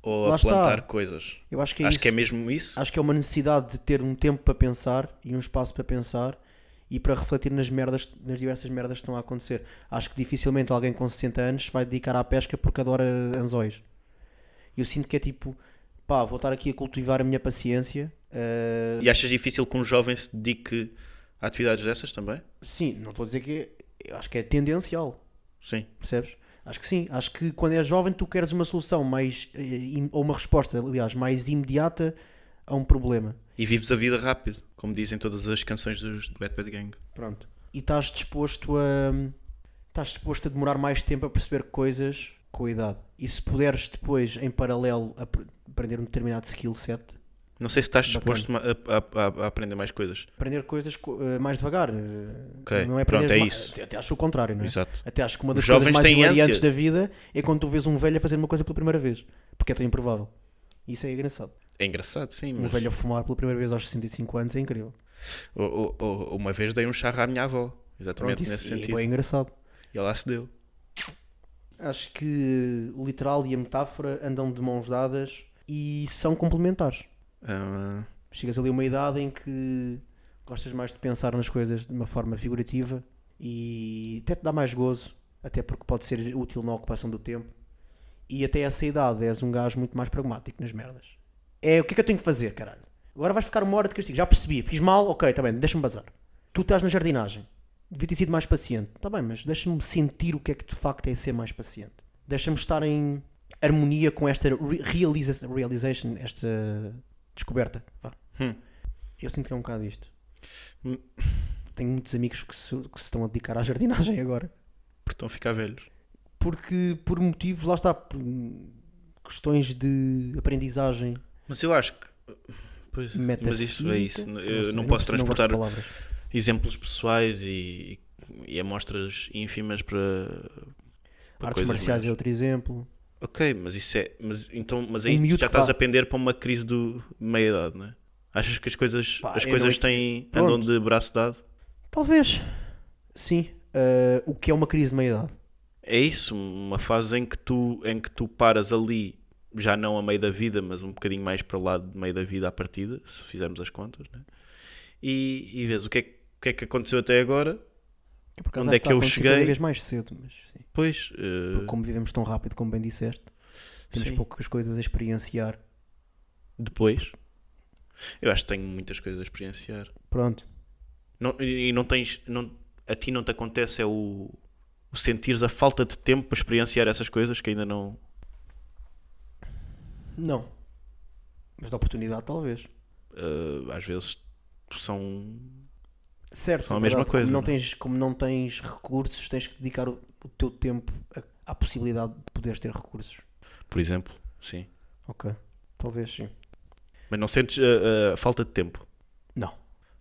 ou Lá a está. plantar coisas? Eu acho que é acho isso. que é mesmo isso. Acho que é uma necessidade de ter um tempo para pensar e um espaço para pensar e para refletir nas merdas, nas diversas merdas que estão a acontecer. Acho que dificilmente alguém com 60 anos vai dedicar à pesca porque adora anzóis. Eu sinto que é tipo, pá, vou estar aqui a cultivar a minha paciência. ah, E achas difícil que um jovem se dedique a atividades dessas também? sim, não estou a dizer que é, eu acho que é tendencial. Sim. Percebes? Acho que sim. Acho que quando és jovem tu queres uma solução mais. eh, im- ou uma resposta, aliás, mais imediata a um problema. E vives a vida rápido, como dizem todas as canções dos, do Bad Bad Gang. Pronto. E estás disposto a. Estás disposto a demorar mais tempo a perceber coisas com a idade. E se puderes depois, em paralelo, apre- aprender um determinado skill set, Não sei se estás disposto ma- a, a- a- a aprender mais coisas. aprender coisas co- eh, mais devagar. eh, Ok, Não é pronto, aprenderes é ma- isso. Até, até acho o contrário, não é? Exato. Até acho que uma Os das coisas jovens mais têm hilariantes ânsia. da vida é quando tu vês um velho a fazer uma coisa pela primeira vez. Porque é tão improvável. Isso é engraçado. É engraçado, sim. Um Mas... velho a fumar pela primeira vez aos 65 anos é incrível. O- o- o- uma vez dei um charro à minha avó. Exatamente Pronto, isso nesse é sentido. bué engraçado. E ela se deu. Acho que o literal e a metáfora andam de mãos dadas e são complementares. Ah, Chegas ali a uma idade em que gostas mais de pensar nas coisas de uma forma figurativa e até te dá mais gozo, até porque pode ser útil na ocupação do tempo. E até essa idade és um gajo muito mais pragmático nas merdas. É o que é que eu tenho que fazer, caralho? Agora vais ficar uma hora de castigo. Já percebi, fiz mal, ok, está bem, deixa-me bazar. Tu estás na jardinagem, devia ter sido Tá mais paciente. Está bem, mas deixa-me sentir o que é que de facto é ser mais paciente. Deixa-me estar em harmonia com esta re- realiza- realization, esta descoberta. Vá. Hum. Eu sinto que é um bocado isto. Hum. Tenho muitos amigos que se, que se estão a dedicar à jardinagem agora. Porque estão a ficar velhos. Porque, por motivos, lá está, por hum, questões de aprendizagem Mas eu acho que. Pois, mas isso é isso. metafísica, Eu não, posso sei, perce- gosto de transportar palavras. exemplos pessoais e, e amostras ínfimas para. para Artes coisas, marciais mas- é outro exemplo. Ok, mas isso é. Mas, então, mas Um aí tu miúdo já que estás vá- a pender para uma crise do de meia-idade, não é? Achas que as coisas, Pá, as eu coisas não- têm, Pronto. andam de braço dado? Talvez. Sim. Ah, o que é uma crise de meia-idade? É isso, uma fase em que tu, em que tu paras ali, já não a meio da vida, mas um bocadinho mais para lá de meio da vida à partida, se fizermos as contas, né? e, e vês o que, é, que- o que é que aconteceu até agora, Que por acaso Onde é acho que eu está a acontecer cheguei? Cada vez mais cedo, mas sim. pois, eh, Porque como vivemos tão rápido, como bem disseste, temos Sim. poucas coisas a experienciar. depois, eu acho que tenho muitas coisas a experienciar. Pronto. Não- e e não tens, não, a ti não te acontece é o, o sentires a falta de tempo para experienciar essas coisas que ainda não... Não. Mas de oportunidade, talvez. eh, às vezes são... Certo, São a é mesma verdade, coisa, Como não não, é? tens, como não tens recursos, tens que dedicar o, o teu tempo a- à possibilidade de poderes ter recursos. Por exemplo, sim. Ok. Talvez sim. Mas não sentes eh, a falta de tempo? Não.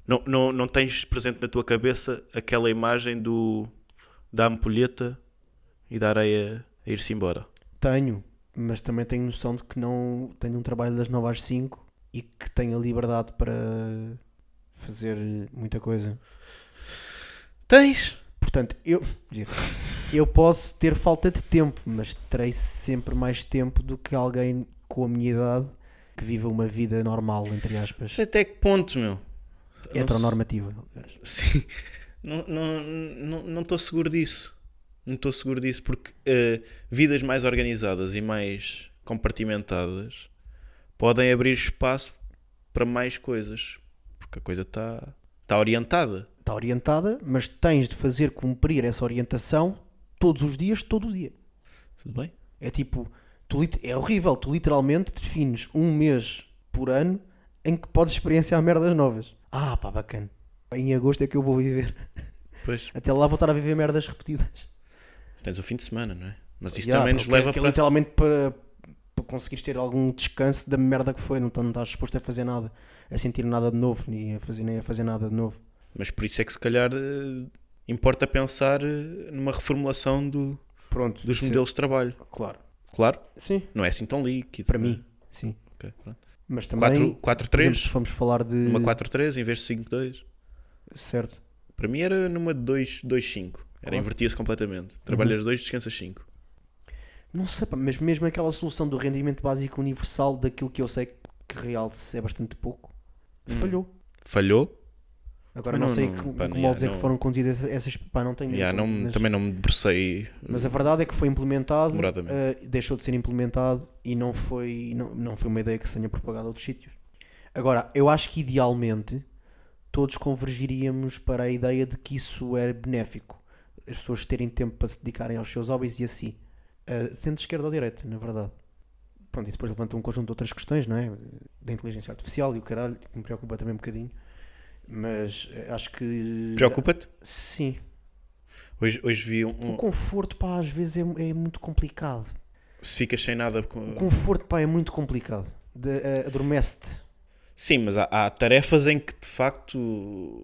Não, não, não tens presente na tua cabeça aquela imagem do da ampulheta e da areia a ir-se embora. Tenho, mas também tenho noção de que não tenho um trabalho das 9 às 5 e que tenho a liberdade para fazer muita coisa. Tens? Portanto, eu, eu posso ter falta de tempo, mas terei sempre mais tempo do que alguém com a minha idade que viva uma vida normal, entre aspas, Sei até que ponto, meu. É heteronormativa. aliás. Sim. Não estou não, não, não estou seguro disso. Não estou seguro disso porque eh, vidas mais organizadas e mais compartimentadas podem abrir espaço para mais coisas. Porque a coisa está tá orientada. Está orientada, mas tens de fazer cumprir essa orientação todos os dias, todo o dia. Tudo bem? É tipo, tu lit- é horrível, tu literalmente defines um mês por ano em que podes experienciar merdas novas. Ah, pá, bacana. Em agosto é que eu vou viver. Pois. Até lá vou estar a viver merdas repetidas. Tens o fim de semana, não é? Mas isso Ya, também pá, nos que é- leva que é para. literalmente para, para conseguires ter algum descanso da merda que foi. Não, tá- não estás disposto a fazer nada, a sentir nada de novo, nem a fazer, nem a fazer nada de novo. Mas por isso é que se calhar eh, importa pensar eh, numa reformulação do- Pronto. dos sim, modelos de trabalho. Claro. Claro, Sim. não é assim tão líquido. Para né? mim, sim. Ok, pronto. Mas também, Quatro- por exemplo, eh, se 4-3, formos falar de... uma 4-3 em vez de 5-2. Certo. Para mim era numa 2-5. Era Claro. Uhum. invertia-se completamente. Trabalhas 2, descansas 5. Não sei, pá, mas mesmo aquela solução do rendimento básico universal daquilo que eu sei que realce é bastante pouco, falhou. Falhou? Agora Hum. Mas não, não- sei não, que, pá, que não, moldes é não. que foram conduzidas essas- essas. Pá, não tenho. Ya, não, mas, Também não me debrecei. mas a verdade é que foi implementado, Demoradamente. eh, deixou de ser implementado e não foi, não, não foi uma ideia que se tenha propagado a outros sítios. Agora, eu acho que idealmente todos convergiríamos para a ideia de que isso era benéfico. As pessoas terem tempo para se dedicarem aos seus hobbies e assim. Uh, centro, esquerda ou direita, na verdade. Pronto, e depois levanta um conjunto de outras questões, não é? Da inteligência artificial e o caralho, que me preocupa também um bocadinho. Mas eh, acho que. Preocupa-te? Sim. Hoje, hoje vi um. O um- conforto, pá, às vezes é- é muito complicado. um, Se ficas sem nada. O com- conforto, pá, é muito complicado. De- eh, Adormece-te. Sim, mas há, há tarefas em que de facto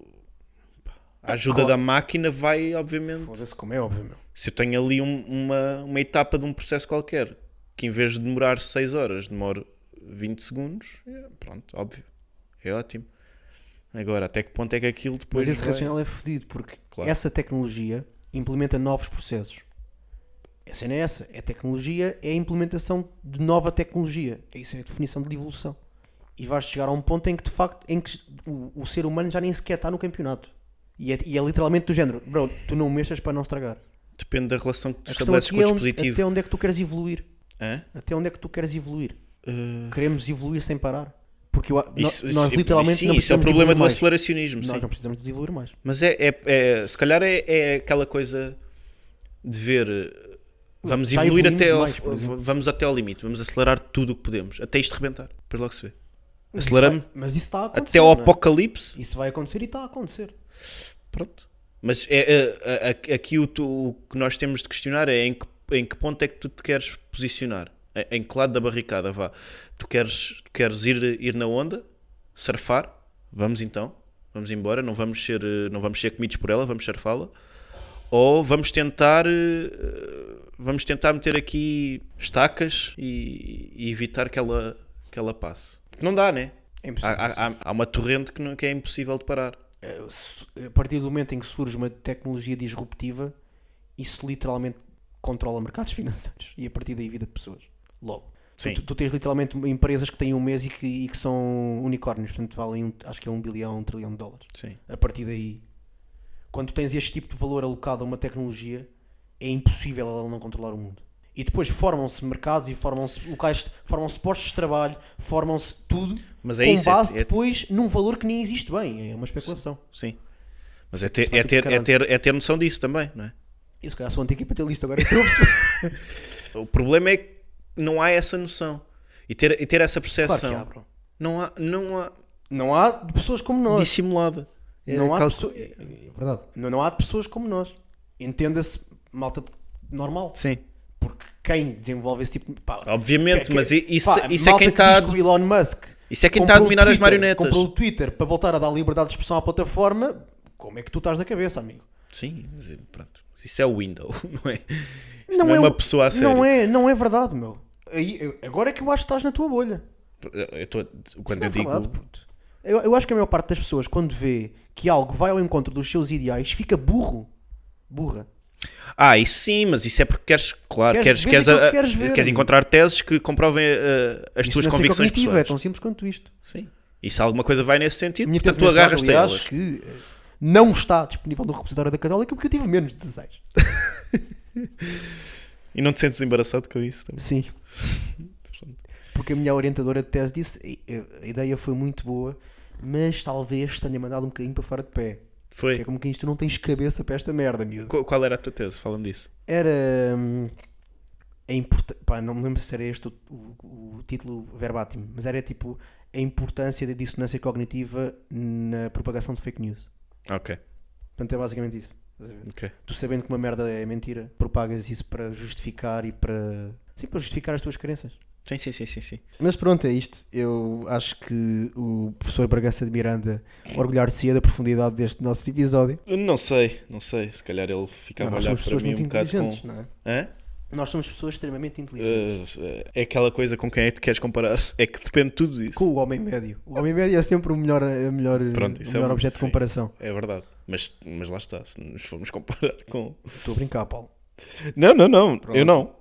pá, a ajuda Claro. da máquina vai, obviamente. Foda-se, como é óbvio, meu. Se eu tenho ali um- uma, uma etapa de um processo qualquer, que em vez de demorar 6 horas, demora 20 segundos, é, pronto, óbvio, é ótimo. Agora, até que ponto é que aquilo depois. Mas esse vai- racional é fodido, porque Claro. essa tecnologia implementa novos processos. A cena é essa. É tecnologia, é a implementação de nova tecnologia. Isso é a definição de evolução. E vais chegar a um ponto em que, de facto, em que o, o ser humano já nem sequer está no campeonato. E é, e é literalmente do género, bro, tu não mexas para não estragar. Depende da relação que tu A questão estabeleces com aqui o é onde- dispositivo. até onde é que tu queres evoluir. Hã? Até onde é que tu queres evoluir. Uh, Queremos evoluir sem parar. Porque eu, a- no- isso- nós isso- literalmente sim, não isso é o precisamos de problema evoluir do mais. aceleracionismo. sim. Nós não precisamos de evoluir mais. Mas é, é- é- se calhar é, é aquela coisa de ver eh, Vamos Já evoluir evoluímos até ao, mais, por exemplo. vamos até ao limite, vamos acelerar tudo o que podemos, até isto rebentar, depois logo se vê. Aceleramos Mas isso está a acontecer. até ao não é? apocalipse, Isso vai acontecer e está a acontecer. pronto. Mas é, é, é, aqui o, tu- o que nós temos de questionar é em que, em que ponto é que tu te queres posicionar, em, em que lado da barricada, vá. Tu queres, tu queres ir, ir na onda, surfar, vamos então, vamos embora, não vamos ser, eh, não vamos ser comidos por ela, vamos surfá-la. Ou vamos tentar eh, vamos tentar meter aqui estacas e, e evitar que ela, que ela passe. Porque Não dá, né? É impossível. Há, há- há uma torrente que, não- que é impossível de parar. Eh, su- A partir do momento em que surge uma tecnologia disruptiva, isso literalmente controla mercados financeiros e a partir daí vida de pessoas. Logo. Sim. Tu, tu tens literalmente empresas que têm um mês e que, e que são unicórnios, portanto valem um- acho que é um bilhão, um trilhão de dólares. Sim. A partir daí, quando tens este tipo de valor alocado a uma tecnologia, é impossível ela não controlar o mundo. E depois formam-se mercados e formam-se locais, formam-se postos de trabalho, formam-se tudo Mas é com isso, é- base é- depois num valor que nem existe bem. É uma especulação. Sim. Mas é ter, vai é, tudo ter, pro é, ter, é ter noção disso também, não é? Isso, calhar sou anticapitalista agora. estou a perceber. O problema é que não há essa noção. E ter, e ter essa claro que percepção há, bro. não há, não há Não há de pessoas como nós. dissimulada. É não, há de calcu- pessoa- é- é verdade. Não, não há de pessoas como nós. Entenda-se, malta de- normal. Sim. Porque quem desenvolve esse tipo de. Pá, Obviamente, mas i- isso- isso é malta quem que tá- diz que o Elon Musk. Isso é quem comprou tá a o dominar as Twitter- marionetas. Comprou o Twitter para voltar a dar liberdade de expressão à plataforma. Como é que tu estás da cabeça, amigo? Sim, mas é- pronto. Isso é o window, não é? Isso Não não, é, é uma o- pessoa a sério. Não é, não é verdade, meu. Aí, eu- agora é que eu acho que estás na tua bolha. Eu tô- Isso quando não eu é digo. verdade, puto. Eu, eu acho que a maior parte das pessoas, quando vê que algo vai ao encontro dos seus ideais, fica burro. Burra. Ah, isso sim, mas isso é porque queres, claro, Queres queres, ver queres, aquilo a- que queres ver, queres amigo. encontrar teses que comprovem eh, as Isto tuas não é ser convicções cognitivo, pessoais. É tão simples quanto isto. Sim. E se alguma coisa vai nesse sentido, Minha portanto tese tu mestrado, agarras-te a aliás, elas. que eh, não está disponível no repositório da Católica porque eu tive menos de 16. E não te sentes embaraçado com isso também. Sim. Porque a minha orientadora de tese disse "E- e- a ideia foi muito boa, mas talvez tenha mandado um bocadinho para fora de pé. Que Foi. é como que isto não tens cabeça para esta merda, miúdo. Qu- Qual era a tua tese? Fala-me disso. era hum, a importa- pá, não me lembro se era este o, o- o título verbatim, mas era tipo a importância da dissonância cognitiva na propagação de fake news. Ok. Portanto, é basicamente isso. Estás a ver? ok. Tu sabendo que uma merda é mentira, propagas isso para justificar e para. Sim, para justificar as tuas crenças. Sim, sim, sim, sim, sim. Mas pronto, é isto. Eu acho que o professor Bragança de Miranda orgulhar-se-ia da profundidade deste nosso episódio. Eu Não sei, não sei. Se calhar ele ficava a Nós olhar somos para pessoas mim muito um bocado inteligentes, com. não é? Hã? Nós somos pessoas extremamente inteligentes. Eh, é aquela coisa com quem é que te queres comparar. É que depende de tudo disso. com o homem médio. O homem médio é sempre o melhor, a melhor, Pronto, o isso é melhor um- objeto de sim. comparação. É verdade. Mas, mas lá está. Se nos formos comparar com. Estou a brincar, Paulo. Não, não, não. Eu não.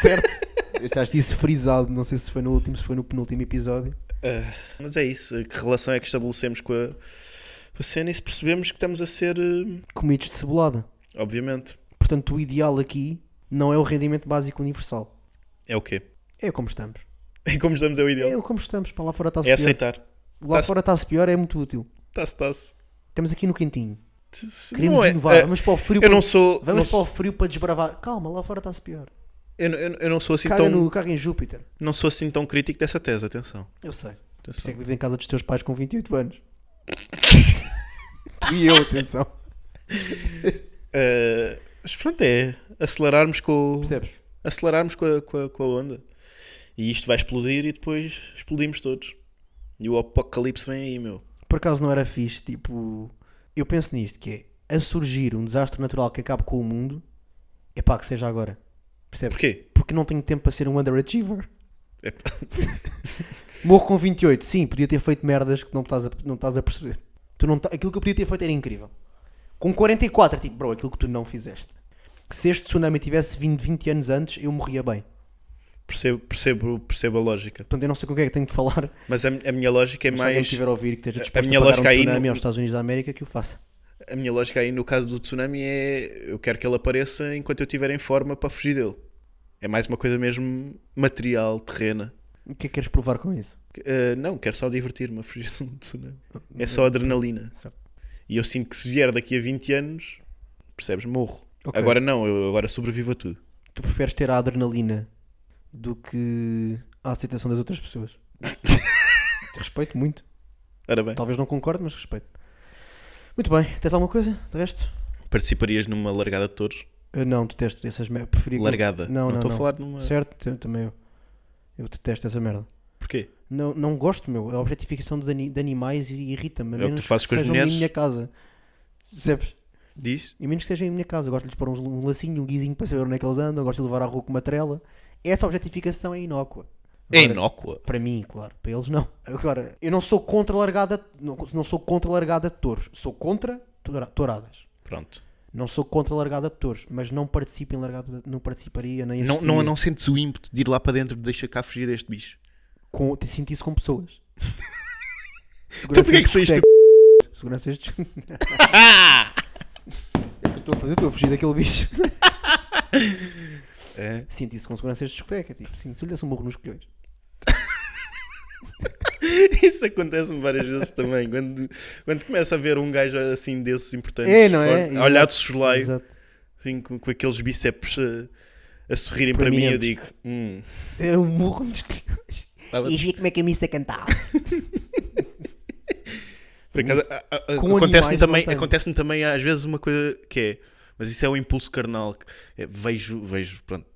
Certo? Eu já disse frisado, não sei se foi no último, se foi no penúltimo episódio. Ah, mas é isso. Que relação é que estabelecemos com a, com a cena e se percebemos que estamos a ser. eh, Comidos de cebolada. Obviamente. Portanto, o ideal aqui não é o rendimento básico universal. É o quê? É como estamos. É como estamos, é o É ideal. o como estamos. Para lá fora está-se É pior. aceitar. Lá tá-se- fora está-se pior, é muito útil. Está-se, está-se. Estamos aqui no quentinho. Se Queremos não é- inovar. é, Vamos para o frio. Eu para- não sou. Vamos não para o frio para desbravar. Calma, lá fora está-se pior. Eu, não- eu não- eu não sou assim Caga tão, no carro em Júpiter. não sou assim tão crítico dessa tese, atenção. Eu sei. Por isso é atenção. que vives em casa dos teus pais com 28 anos. e eu, atenção. Eh, mas pronto, é acelerarmos com, o- Percebes? acelerarmos com a, com, a, com a onda. E isto vai explodir e depois explodimos todos. E o apocalipse vem aí, meu. Por acaso não era fixe, tipo... Eu penso nisto, que é... A surgir um desastre natural que acabe com o mundo... É pá, que seja agora. Percebes? Porquê? Porque não tenho tempo para ser um underachiever. Epá. Morro com 28. Sim, podia ter feito merdas que não estás a, não estás a perceber. Tu não ta- Aquilo que eu podia ter feito era incrível. Com 44, tipo, bro, aquilo que tu não fizeste. Se este tsunami tivesse vindo 20 anos antes, eu morria bem. Percebo, percebo, percebo a lógica. Portanto, eu não sei com o que é que tenho de falar. Mas a, a minha lógica é Mas se alguém me mais. tiver a ouvir e que esteja a- a disposto a, minha pagar um lógica aí tsunami não- aos Estados Unidos da América, que o faça. A minha lógica aí no caso do tsunami é eu quero que ele apareça enquanto eu estiver em forma para fugir dele. É mais uma coisa mesmo material, terrena. O que é que queres provar com isso? Eh, não, quero só divertir-me a fugir de um tsunami. É só adrenalina. Uhum. Certo. E eu sinto que se vier daqui a 20 anos, percebes? Morro. Ok. Agora não, eu agora sobrevivo a tudo. Tu preferes ter a adrenalina do que a aceitação das outras pessoas? Te respeito muito. Ora bem, Talvez não concorde, mas respeito. Muito bem. Tens alguma coisa? De resto? participarias numa largada de touros? Eu não detesto essas merdas. Preferia que- Largada? Não, não, estou não. a falar numa. Certo? Eu também eu. Eu detesto essa merda. Porquê? Não, não gosto, meu. A objetificação dos ani- de animais e irrita-me. É o A que tu menos fazes com as sejam mulheres. na minha casa. Percebes? Diz? E menos que sejam em minha casa. Eu Gosto de lhes pôr uns- um lacinho, um guizinho para saber onde é que eles andam. Eu Gosto de levar à rua com uma trela. Essa objetificação é inócua. É Agora, inócua. Para mim, claro. Para eles, não. Agora, eu não sou contra a largada... Não, não sou contra a largada de touros. Sou contra toura- touradas. Pronto. Não sou contra a largada de touros. Mas não participo em largada... Não participaria nem Não, não, assistiria. não sentes o ímpeto de ir lá para dentro de deixar cá fugir deste bicho. Com, te sinto isso com pessoas. Segurança Então porquê é que de saíste? discoteca. Segurança de discoteca. Ah! O que eu Estou a fazer, estou a fugir daquele bicho. É. Sinto isso com seguranças de discoteca. Tipo, sim, se lhe desse um morro nos colhões. Isso acontece-me várias vezes também. Quando, quando começa a ver um gajo assim desses importantes, É, não é? forte, a Exato. olhar de soslaio, Exato. assim, com, com aqueles bíceps uh, a, sorrirem para mim, eu digo: Prominentes. hum, Era um morro nos colhões. Tava- E via como é que a missa cantava. Por acaso, Isso. a- a- a- acontece-me Com animais também, não tenho. acontece também às vezes uma coisa que é, mas isso é o impulso carnal. que é, vejo, vejo, pronto,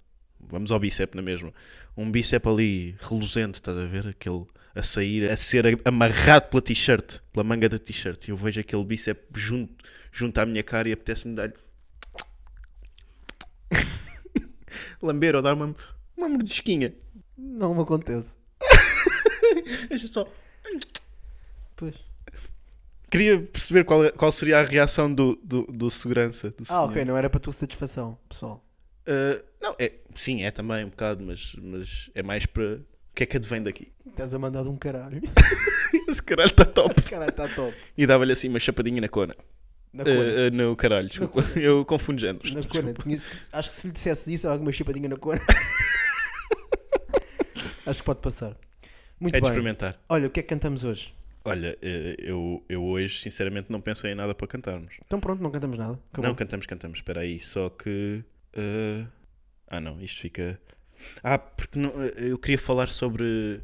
vamos ao bíceps na mesma. Um bíceps ali reluzente, estás a ver? Aquele a sair, a ser amarrado pela t-shirt, pela manga da t-shirt. E eu vejo aquele bíceps junto, junto à minha cara e apetece-me dar-lhe. Lamber ou dar uma, uma mordisquinha. Não me acontece. Deixa só. Pois. Queria perceber qual, é, qual seria a reação do, do, do segurança. do Ah, senhor. ok, não era para a tua satisfação, pessoal. Uh, não, é, sim, é também um bocado, mas, mas é mais para. O que é que advém daqui? Estás a mandar de um caralho. Esse caralho está top. Caralho, está top. E dava-lhe assim uma chapadinha na cona. Na Uh, cona. uh, no caralho, desculpa. Eu confundo géneros. na desculpa. cona. Tinha- acho que se lhe dissesse isso, era alguma chapadinha na cona. acho que pode passar. Muito É de bem. experimentar. Olha, o que é que cantamos hoje? Olha, uh, eu, eu hoje sinceramente não pensei em nada para cantarmos. Então pronto, não cantamos nada. Acabou. Não, cantamos, cantamos. Espera aí, só que. uh, Ah, não, isto fica. Ah, porque não- uh, eu queria falar sobre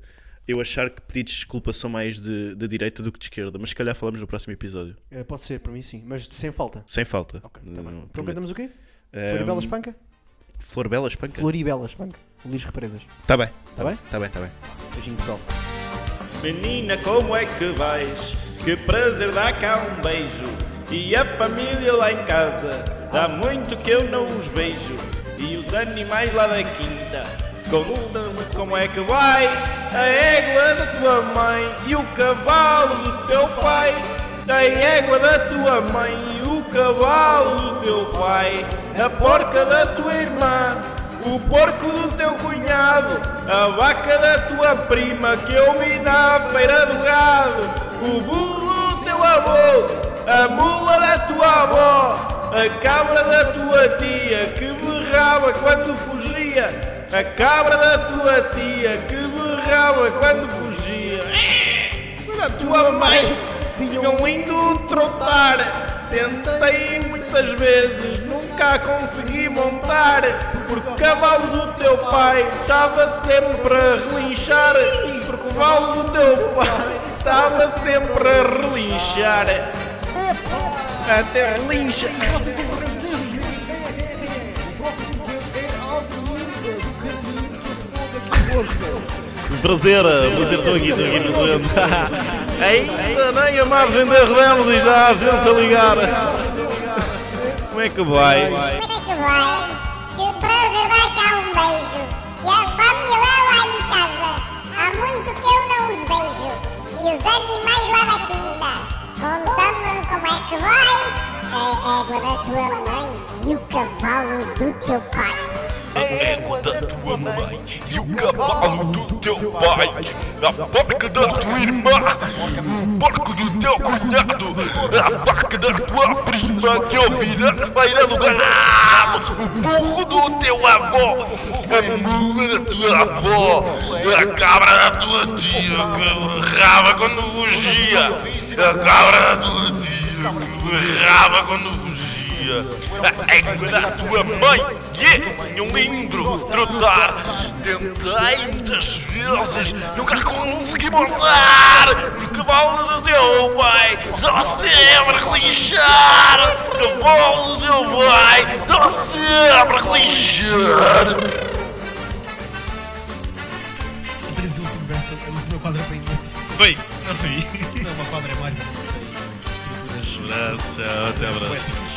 eu achar que pedidos de desculpa são mais de, de direita do que de esquerda, mas se calhar falamos no próximo episódio. Eh, pode ser, para mim sim, mas sem falta. Sem falta. Ok, tá Não, bem. Então prometo. cantamos o quê? Um, Floribela Espanca? Florbela Espanca? Floribela Espanca. Luís Represas. Tá bem. Tá bem? Tá bem, tá bem. Beijinho pessoal. Menina, como é que vais? Que prazer dá cá um beijo. E a família lá em casa, dá muito que eu não os beijo. E os animais lá da quinta, contam-me como é que vai. A égua da tua mãe e o cavalo do teu pai. A égua da tua mãe e o cavalo do teu pai. A porca da tua irmã. O porco do teu cunhado, a vaca da tua prima que eu me dá à feira do gado, o burro do teu avô, a mula da tua avó, a cabra da tua tia que berrava quando fugia, a cabra da tua tia que berrava quando fugia. Mas a tua mãe não indo trotar. Tentei muitas vezes, nunca a consegui montar. Porque o cavalo do teu pai estava sempre a relinchar. Porque o cavalo do teu pai estava sempre a relinchar. Até relincha. Prazer, prazer, estou aqui, estou aqui presente. Ainda nem a margem da revemos e já há gente a ligar. Como é que vai? Como é que vais? Que prazer dá cá um beijo. E a família lá em casa. Há muito que eu não os beijo. E os animais lá da quinta. Contando como é que vai. A égua da tua mãe e o cavalo do teu pai. a égua da tua mãe e o cavalo do teu pai, a porca da tua irmã, o porco do teu cunhado, a vaca da tua prima que eu virei na feira do gado, o burro do teu avô, a mula da tua avó, a cabra da tua tia que berrava quando fugia, a cabra da tua tia que berrava quando fugia. dia. É A égua da tua mãe, que é um lindo trotar. Tentei muitas vezes, nunca consegui montar. No cavalo do teu pai, só sempre a lixar. No cavalo do teu pai, só sempre a lixar. O Brasil conversa o meu quadro é para inglês. Foi, não vi. Não, uma quadra é Mario, não sei. Escrituras. Abraço, tchau, até abraço. Poéticas.